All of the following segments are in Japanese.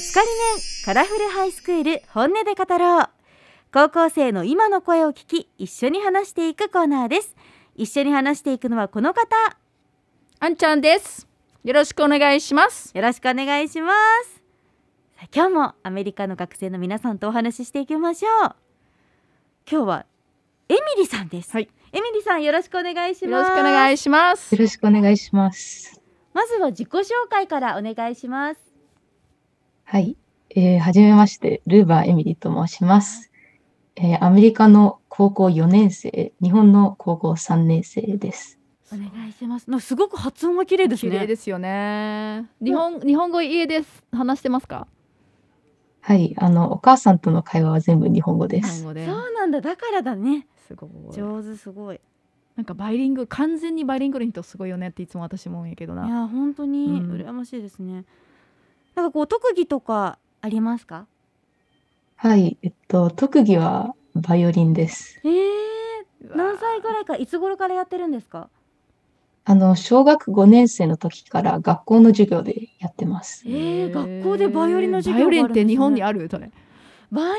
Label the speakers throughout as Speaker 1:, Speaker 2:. Speaker 1: つかり面カラフルハイスクール本音で語ろう高校生の今の声を聞き一緒に話していくコーナーです一緒に話していくのはこの方
Speaker 2: あんちゃんです。よろしくお願いします。
Speaker 1: よろしくお願いしますさあ今日もアメリカの学生の皆さんとお話ししていきましょう今日はエミリさんです、
Speaker 2: はい
Speaker 1: エミリさんよろしくお願いし
Speaker 2: よ
Speaker 1: ま
Speaker 2: ろ
Speaker 1: す
Speaker 2: しくお願いします
Speaker 3: よ。ろしくお願いします。
Speaker 1: まずは自己紹介からお願いします
Speaker 3: はい。えーはじめまして、ルーバーエミリーと申します。えーアメリカの高校4年生、日本の高校3年生です。
Speaker 1: お願いしますなんかすごく発音が綺麗です
Speaker 2: 綺
Speaker 1: ね
Speaker 2: 麗ですよね。日本日本語家です。話してますか？
Speaker 3: はい。あの、お母さんとの会話は全部日本語
Speaker 2: 日
Speaker 3: で
Speaker 2: 本
Speaker 3: す。
Speaker 2: 語で
Speaker 1: そ。うなんだだからだね
Speaker 2: すごい。
Speaker 1: 上手すごいい
Speaker 2: なんかバイリング完全にバイリングルの人すごいよねっていつも私も思うんやけどな。
Speaker 1: や本当に
Speaker 2: うん
Speaker 1: 羨ましいですね、なんかこう特技とかありますか
Speaker 3: はい。えっと、特技はバイオリンです。
Speaker 1: えー、何歳ぐらいからいつ頃からやってるんですか
Speaker 3: あの、小学5年生の時から学校の授業でやってます。
Speaker 1: えー学校でバイオリンの授業があるんですね
Speaker 2: バイオリンって日本にあるそれ。
Speaker 1: バイオリン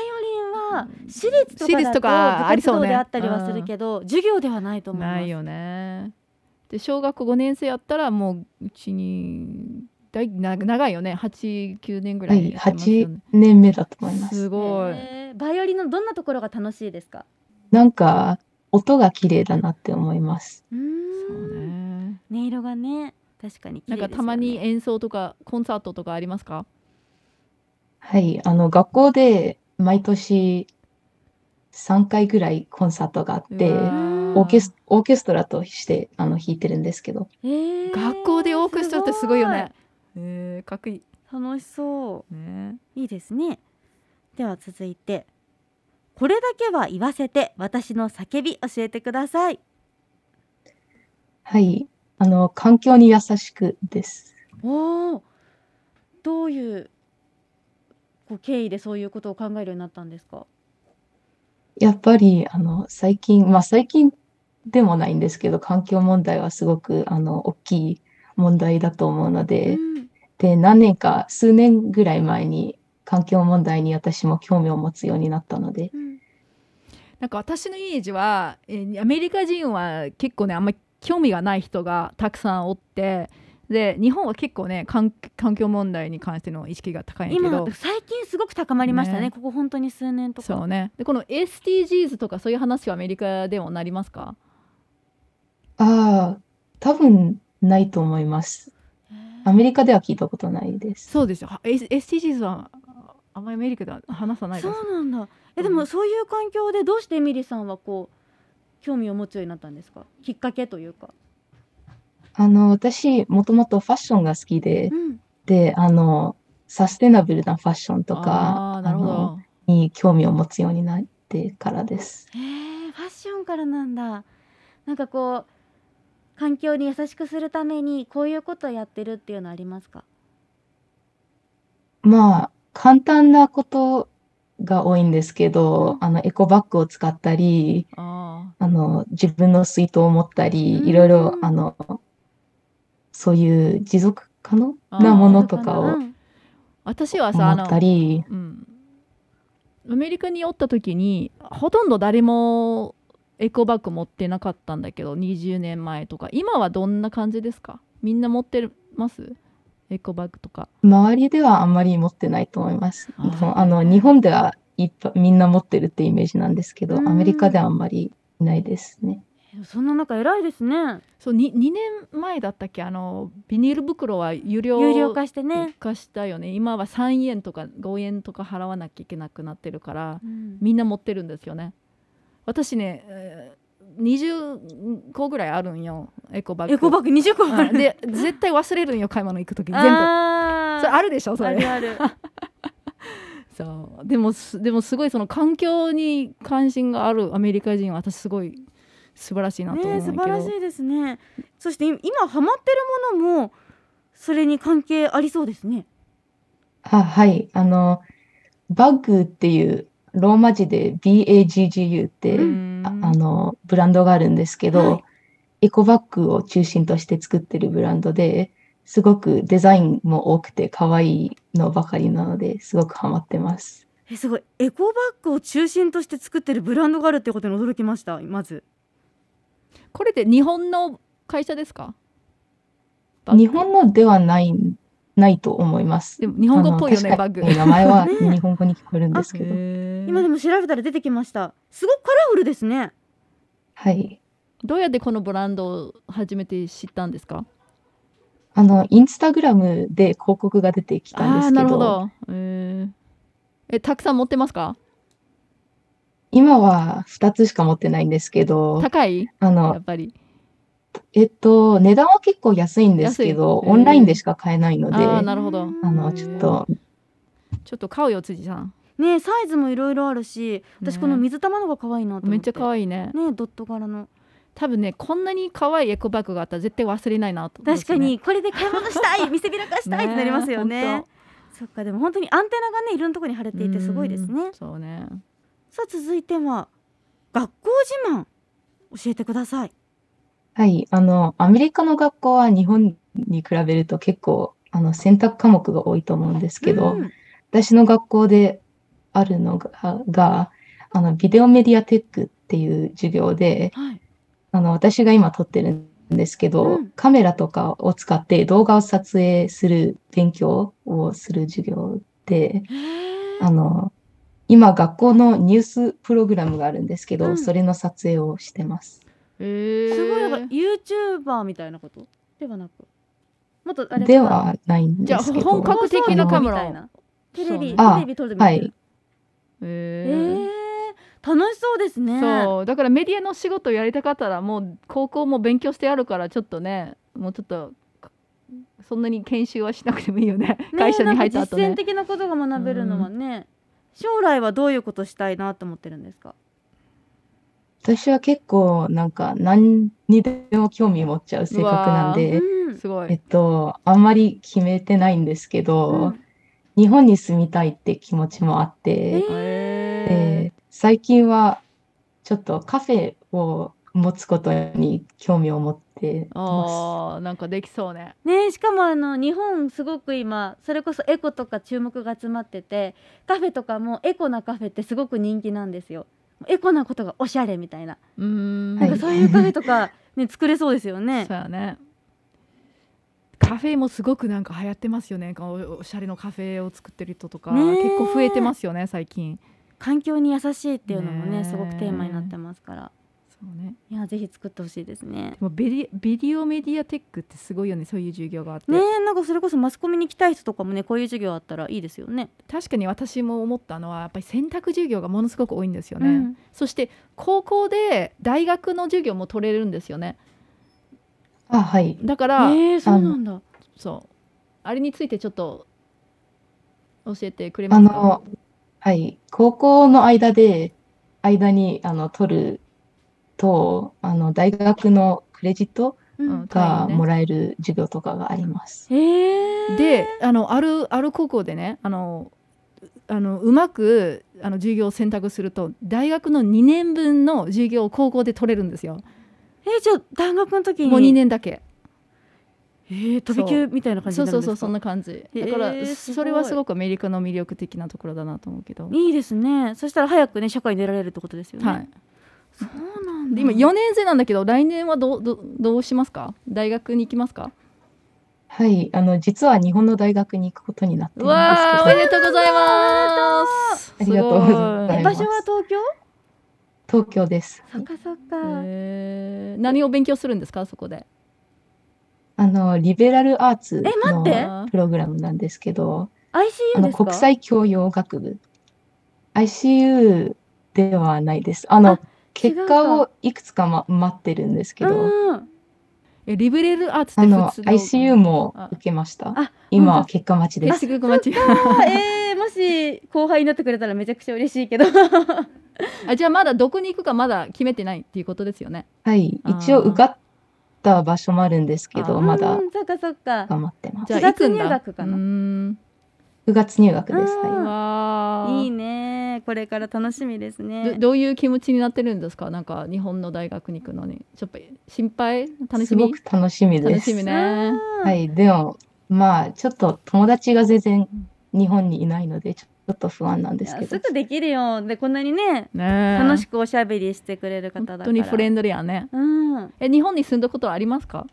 Speaker 1: は私立と
Speaker 2: 私
Speaker 1: かだ
Speaker 2: 立と
Speaker 1: と
Speaker 2: かあ
Speaker 1: 部
Speaker 2: り
Speaker 1: 活
Speaker 2: そう
Speaker 1: 動
Speaker 2: ね
Speaker 1: であったりはするけど、授業ではないと思います
Speaker 2: ないよね。で小学校5年生やったらもううちにだいな長いよね89年ぐら
Speaker 3: はいい。
Speaker 2: やってますよ
Speaker 3: 8
Speaker 2: ね。
Speaker 3: 年目だと思いますす。
Speaker 2: ごい。
Speaker 1: えーバイオリンのどんなところが楽しいですか
Speaker 3: なんか、音が綺麗だなって思います。
Speaker 1: うー
Speaker 2: そうんね。
Speaker 1: 音色がね確かに綺
Speaker 2: な
Speaker 1: 麗
Speaker 2: ん
Speaker 1: ですよね
Speaker 2: かたまに演奏とかコンサートとかありますか？
Speaker 3: はい、あの学校で毎年3回ぐらいコンサートがあって、
Speaker 2: うわー
Speaker 3: オーケス、オーケストラとしてあの弾いてるんですけど、
Speaker 1: えー
Speaker 2: 学校でオーケストラってすごいよね。えー、かっこい
Speaker 1: すごい楽しそう
Speaker 2: いね。
Speaker 1: いいですねでは続いてこれだけは言わせて私の叫び教えてください
Speaker 3: はい、あの環境に優しくです。
Speaker 1: おーどういうこう経緯でそういうことを考えるようになったんですか
Speaker 3: やっぱりあの最近、まあ最近でもないんですけど、環境問題はすごくあの大きい問題だと思うので、
Speaker 1: うん
Speaker 3: で、何年か、数年ぐらい前に環境問題に私も興味を持つようになったので、
Speaker 1: うん
Speaker 2: なんか私のイメージは、えーアメリカ人は結構ねあんまり興味がない人がたくさんおって。で日本は結構ね環環境問題に関しての意識が高いんやけ
Speaker 1: 今
Speaker 2: ど
Speaker 1: 最近すごく高まりましたね
Speaker 2: ね
Speaker 1: ここ本当に数年とか
Speaker 2: そうねでこの SDGs とかそういう話はアメリカでもなりますか
Speaker 3: ああ、多分ないと思います。
Speaker 1: へ
Speaker 3: アメリカでは聞いたことないです。
Speaker 2: そうですよは S- SDGs はああんまりアメリカでは話さな
Speaker 1: ー
Speaker 2: いです
Speaker 1: そうなんだえ
Speaker 2: うん
Speaker 1: でもそういう環境でどうしてエミリさんはこう興味を持つようになったんですかきっかけというか、
Speaker 3: あの、私、もともとファッションが好きで、
Speaker 1: ん、
Speaker 3: で、あの、サステナブルなファッションとか、
Speaker 2: あーなるほ
Speaker 3: あの、
Speaker 2: ど
Speaker 3: に興味を持つようになってからです。
Speaker 1: へえファッションからなんだなんかこう環境に優しくするためにこういうことをやってるっていうのありますか
Speaker 3: まあ、簡単なことが多いんですけど、あの、エコバッグを使ったり、
Speaker 2: あ
Speaker 3: あの、自分の水筒を持った
Speaker 1: うん
Speaker 3: り、いろいろ、あの、そういう持続可能
Speaker 2: あー
Speaker 3: なものとかを
Speaker 1: うん
Speaker 2: ー私はさあ
Speaker 3: 思
Speaker 2: の
Speaker 3: ったり、
Speaker 2: うん、アメリカにおった時にほとんど誰もエコバッグ持ってなかったんだけど20年前とか今はどんな感じですかみんな持ってますエコバッグとか
Speaker 3: 周りではあんまり持ってないと思います。
Speaker 2: あー
Speaker 3: でもあの、日本ではいっぱいみんな持ってるってイメージなんですけど、
Speaker 1: うん
Speaker 3: アメリカではあんまりいないですね。
Speaker 1: でもそんな中偉いですね
Speaker 2: そうに 2, 年前だったっけあのビニール袋は有料
Speaker 1: 有料化してね、
Speaker 2: 化したよね今は3円とか5円とか払わなきゃいけなくなってるから
Speaker 1: うん
Speaker 2: みんな持ってるんですよね私ねえー20個ぐらいあるんよエコバッグ
Speaker 1: エコバッグ20個もあ
Speaker 2: うん
Speaker 1: る
Speaker 2: で絶対忘れるんよ買い物行く時に全部
Speaker 1: あー
Speaker 2: それあるでしょそ
Speaker 1: あ
Speaker 2: れ
Speaker 1: るある
Speaker 2: そうでもすでもすごいその環境に関心があるアメリカ人は私すごい素晴らしいなと思う
Speaker 1: ね
Speaker 2: ん
Speaker 1: え
Speaker 2: だ
Speaker 1: 素
Speaker 2: けど、
Speaker 1: 晴らしいですねそして今ハマってるものもそれに関係ありそうですね
Speaker 3: あ、はい。あの、バッグっていうローマ字で BAGGU って、
Speaker 2: うん
Speaker 3: ああの、ブランドがあるんですけど、
Speaker 1: はい
Speaker 3: エコバッグを中心として作ってるブランドで、すごくデザインも多くて可愛いのばかりなのですごくハマってます。
Speaker 1: えすごいエコバッグを中心として作ってるブランドがあるってことに驚きましたまず
Speaker 2: これって日本の会社ですかバッグ
Speaker 3: 日本のではない、ないと思います。
Speaker 2: でも日本語っぽいよ
Speaker 3: あ
Speaker 2: ね
Speaker 3: の
Speaker 2: バッ
Speaker 3: 確
Speaker 2: グ
Speaker 3: かに名前は
Speaker 1: ね
Speaker 3: 日本語に聞こえるんですけ ど。
Speaker 1: 今
Speaker 2: 今
Speaker 1: でも調べたら出てきましたすごくカラフルですね
Speaker 3: はい。
Speaker 2: どうやってこのブランドを初めて知ったんですか
Speaker 3: あの、インスタグラムで広告が出てきたんで
Speaker 2: ああ
Speaker 3: す
Speaker 2: ー
Speaker 3: け
Speaker 2: なる
Speaker 3: ど、
Speaker 2: ほどえーえたくさん持ってますか
Speaker 3: 今は2つしか持ってないんですけど、
Speaker 2: 高い
Speaker 3: あ
Speaker 2: や
Speaker 3: の、
Speaker 2: っぱり
Speaker 3: えっと、値段は結構安いんですけど、
Speaker 2: 安い
Speaker 3: オンラインでしか買えないので、
Speaker 2: あー
Speaker 3: あ
Speaker 2: なるほど
Speaker 1: うん
Speaker 3: の、ちょっと、
Speaker 2: ちょっと買うよ辻さん
Speaker 1: ねサイズもいろいろあるし私
Speaker 2: ね
Speaker 1: この水玉のが可愛いなと思って
Speaker 2: めっちゃ可愛いね
Speaker 1: ねドット柄の
Speaker 2: 多分ねこんなに可愛いエコバッグがあったら絶対忘れないなと思うんで
Speaker 1: 確
Speaker 2: すよ
Speaker 1: か
Speaker 2: ね
Speaker 1: にこれで買い物した い見せびらかしたいってなりますよ
Speaker 2: え
Speaker 1: ね
Speaker 2: ほんと
Speaker 1: そっかでも本当にアンテナがねいろんなところに貼れていてすごいです
Speaker 2: う
Speaker 1: ね
Speaker 2: んそうね
Speaker 1: さあ続いては学校自慢教えてください
Speaker 3: はい、あの、アメリカの学校は日本に比べると結構、あの、選択科目が多いと思うんですけど、
Speaker 1: うん
Speaker 3: 私の学校であるのが、があの、ビデオメディアテックっていう授業で、
Speaker 1: はい
Speaker 3: あの、私が今撮ってるんですけど
Speaker 1: うん、
Speaker 3: カメラとかを使って動画を撮影する勉強をする授業で、あの、今学校のニュースプログラムがあるんですけ
Speaker 1: う
Speaker 3: ど、
Speaker 1: ん
Speaker 3: それの撮影をしてます。
Speaker 2: え
Speaker 1: すごいなんか
Speaker 2: ー、
Speaker 1: ユーチューバーみたいなことではなくもっとあれ
Speaker 3: ではない
Speaker 2: じ
Speaker 3: ん
Speaker 2: ゃ
Speaker 3: で
Speaker 2: あ
Speaker 3: すけど、
Speaker 2: 本格的なカメラ
Speaker 1: みたいなテレビ
Speaker 2: そ
Speaker 1: テ
Speaker 2: うね
Speaker 3: あ
Speaker 1: レビ撮るみたいな
Speaker 3: はい
Speaker 1: え
Speaker 2: えー
Speaker 1: ー楽しそうですね
Speaker 2: そうだからメディアの仕事をやりたかったらもう高校も勉強してあるからちょっとねもうちょっとそんなに研修はしなくてもいいよね
Speaker 1: ね
Speaker 2: 会社に入った後
Speaker 1: なん
Speaker 2: ね
Speaker 1: か実践的なことが学べるのはね将来はどういうことしたいなと思ってるんですか
Speaker 3: 私は結構なんか何にでも興味持っちゃう性格なん
Speaker 1: う
Speaker 3: で、
Speaker 1: ん
Speaker 2: すご
Speaker 3: えっ
Speaker 2: い
Speaker 3: と、あんまり決めてないんですけ
Speaker 1: う
Speaker 3: ど、
Speaker 1: ん
Speaker 3: 日本に住みたいって気持ちもあって、
Speaker 2: え
Speaker 3: えー最近はちょっとカフェを持つことに興味を持って
Speaker 2: ー、
Speaker 3: ま
Speaker 2: あーなんかできそうね
Speaker 1: ねしかもあの日本すごく今それこそエコとか注目が集まっててカフェとかもエコなカフェってすごく人気なんですよエコなことがおしゃれみたいな
Speaker 2: うーん
Speaker 1: なんか
Speaker 3: はい
Speaker 1: そういうカフェとかね作れそうですよね
Speaker 2: そうやねカフェもすごくなんか流行ってますよねこうおしゃれのカフェを作ってる人とか
Speaker 1: ねー
Speaker 2: 結構増えてますよね最近
Speaker 1: 環境に優しいっていうのもね
Speaker 2: ね
Speaker 1: すごくテーマになってますから
Speaker 2: そうね
Speaker 1: いやぜひ作ってほしいですね
Speaker 2: でもビデビデオメディアテックってすごいよねそういう授業があって
Speaker 1: ねなんかそれこそマスコミに来たい人とかもねこういう授業あったらいいですよね
Speaker 2: 確かに私も思ったのはやっぱり選択授業がものすごく多いんですよ
Speaker 1: う
Speaker 2: ね、
Speaker 1: ん
Speaker 2: そして高校で大学の授業も取れるんですよね
Speaker 3: す。あ、はい。
Speaker 2: だから、
Speaker 1: えー、そうなんだ
Speaker 2: そうあれについてちょっと教えてくれま
Speaker 3: あ
Speaker 2: すか
Speaker 3: の、はい、高校の間で、間にあの取ると、あの大学のクレジット
Speaker 1: うん
Speaker 2: うん
Speaker 3: が
Speaker 2: 単位ね
Speaker 3: もらえる授業とかがあります。
Speaker 1: えー、
Speaker 2: であのあるある高校でねあのあのうまくあの授業を選択すると大学の2年分の授業を高校で取れるんですよ
Speaker 1: えー、じゃあ大学の時に
Speaker 2: もう2年だけ
Speaker 1: えー、飛び級みたいな感じ
Speaker 2: そう
Speaker 1: になる
Speaker 2: そ
Speaker 1: んですか
Speaker 2: うそうそんな感じ
Speaker 1: へー
Speaker 2: だから、
Speaker 1: すごい
Speaker 2: それはすごくアメリカの魅力的なところだなと思うけど、
Speaker 1: いいですねそしたら早くね社会に出られるってことですよね、
Speaker 2: はい、
Speaker 1: そうなんだ
Speaker 2: で今4年生なんだけど来年はどうどうどうしますか大学に行きますか
Speaker 3: はい、あの実は日本の大学に行くことになってるんです
Speaker 2: わあお
Speaker 3: け
Speaker 2: めで
Speaker 3: ど、
Speaker 2: とうございます
Speaker 3: ありがとうございます
Speaker 2: ご
Speaker 1: え
Speaker 3: 四
Speaker 2: い
Speaker 3: 年
Speaker 1: 場所は東京
Speaker 3: 東京です。
Speaker 1: そっかそっか、
Speaker 2: えー何を勉強するんですかそこで
Speaker 3: あのリベラルアーツの
Speaker 1: え待って
Speaker 3: プログラムなんですけど、あ
Speaker 1: ICU
Speaker 3: の
Speaker 1: ですか
Speaker 3: 国際教養学部 ICU ではないです。あの
Speaker 1: あ
Speaker 3: 結
Speaker 1: 違う
Speaker 3: 果
Speaker 1: か
Speaker 3: をいくつか、ま、待ってるんですけど、
Speaker 1: うん
Speaker 2: えリベレルアーツって
Speaker 3: あの
Speaker 2: 普通の
Speaker 3: ICU も
Speaker 2: あ
Speaker 3: 受けました。
Speaker 1: あ
Speaker 3: 今
Speaker 1: 本
Speaker 3: は結果待ちで
Speaker 2: え
Speaker 3: す。
Speaker 2: すごく間違え
Speaker 1: あえー、もし後輩になってくれたらめちゃくちゃ嬉しいけど
Speaker 2: あじゃあまだどこに行くかまだ決めてないっていうことですよね
Speaker 3: はい、
Speaker 2: あー
Speaker 3: 一応受かった場所もあるんですけ
Speaker 2: あ
Speaker 3: ど、
Speaker 2: ー
Speaker 3: まだ
Speaker 1: うんそっかそっか
Speaker 3: 頑張ってます。
Speaker 2: じゃあ
Speaker 1: 4
Speaker 2: 行くんだ
Speaker 1: 月入学かな
Speaker 2: うーん
Speaker 3: 9月入学です。
Speaker 1: うん
Speaker 3: は
Speaker 2: わあ
Speaker 1: いいねねこれから楽しみです
Speaker 2: ど
Speaker 1: ね
Speaker 2: どういう気持ちになってるんですかなんか日本の大学に行くのにちょっと心配楽し
Speaker 3: す
Speaker 2: み
Speaker 3: ごく楽しみで
Speaker 2: 楽
Speaker 3: す。
Speaker 2: しみね
Speaker 1: は
Speaker 3: はい、でも、まあ、ちょっと友達が全然日本にいないので、ちょっと不安なんですけ
Speaker 1: す
Speaker 3: ど。
Speaker 1: ぐできるよでこんなにね
Speaker 2: ね
Speaker 1: 楽し
Speaker 2: く
Speaker 1: くおしゃべりしてくれる方だから
Speaker 2: 本当にフレ
Speaker 1: ン
Speaker 2: ンドリーやね
Speaker 1: うん
Speaker 2: え日本に住んだことはありますか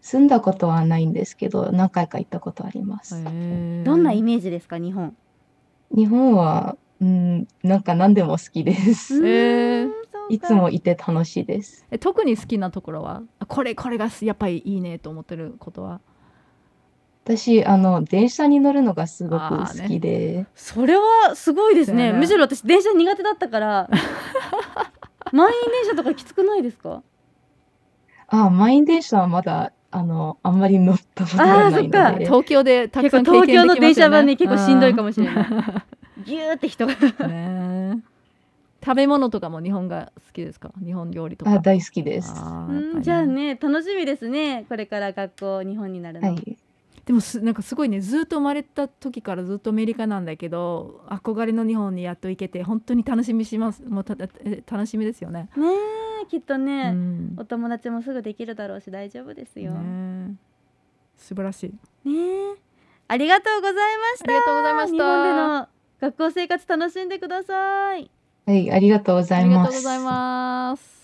Speaker 3: 住んだことはないんですけど、何回か行ったことあります。
Speaker 1: ど
Speaker 2: ど
Speaker 1: んなイメージですか日本
Speaker 3: 日本は、うん、なんか何でも好きです。
Speaker 2: え
Speaker 1: うー
Speaker 2: ー
Speaker 1: んそうか
Speaker 3: いつもいて楽しいです。
Speaker 2: え特に好きなところはあこれこれがすやっぱりいいねと思ってることは
Speaker 3: 私、あの、電車に乗るのがすごく
Speaker 2: あーね
Speaker 3: 好きで、
Speaker 1: それはすごいです
Speaker 2: だ
Speaker 1: ね
Speaker 2: よね
Speaker 1: むしろ私電車苦手だったから 満員電車とかきつくないですか
Speaker 3: あー、満員電車はまだ、あの、あんまり乗ったことがないの
Speaker 1: あーそっか
Speaker 3: で、
Speaker 2: 東京でたく
Speaker 1: 結
Speaker 2: さ
Speaker 1: 構
Speaker 2: ん経験
Speaker 1: 東
Speaker 2: できま
Speaker 1: 京
Speaker 2: す
Speaker 1: の電車
Speaker 2: よね
Speaker 1: はね結構しんどいか
Speaker 2: も
Speaker 1: もしれないギューって 人が
Speaker 2: ねえ食べ物とかも日本が好きですか日本料理とか
Speaker 3: あー、大好きです。は
Speaker 2: あ
Speaker 1: う
Speaker 2: ーやっぱり
Speaker 1: ん
Speaker 2: ね
Speaker 1: じゃあね楽しみですねこれから学校日本になるの、
Speaker 3: い。
Speaker 2: でもすなんかすごいねずっと生まれた時からずっとアメリカなんだけど憧れの日本にやっと行けて本当に楽しみしますもうたたえ楽しみですよね。
Speaker 1: ねえきっと
Speaker 2: う
Speaker 1: ね、
Speaker 2: ん
Speaker 1: お友達もすぐできるだろうし大丈夫ですよね
Speaker 2: ねえ素晴らしい。
Speaker 1: えありがとうございまし
Speaker 2: あ
Speaker 1: た
Speaker 2: りがとうございました。
Speaker 1: 日本での学校生活楽しんでください
Speaker 3: はい、ありがとうござ
Speaker 2: あ
Speaker 3: い
Speaker 2: りが
Speaker 3: ま
Speaker 2: とうご
Speaker 3: す
Speaker 2: ざい。ます。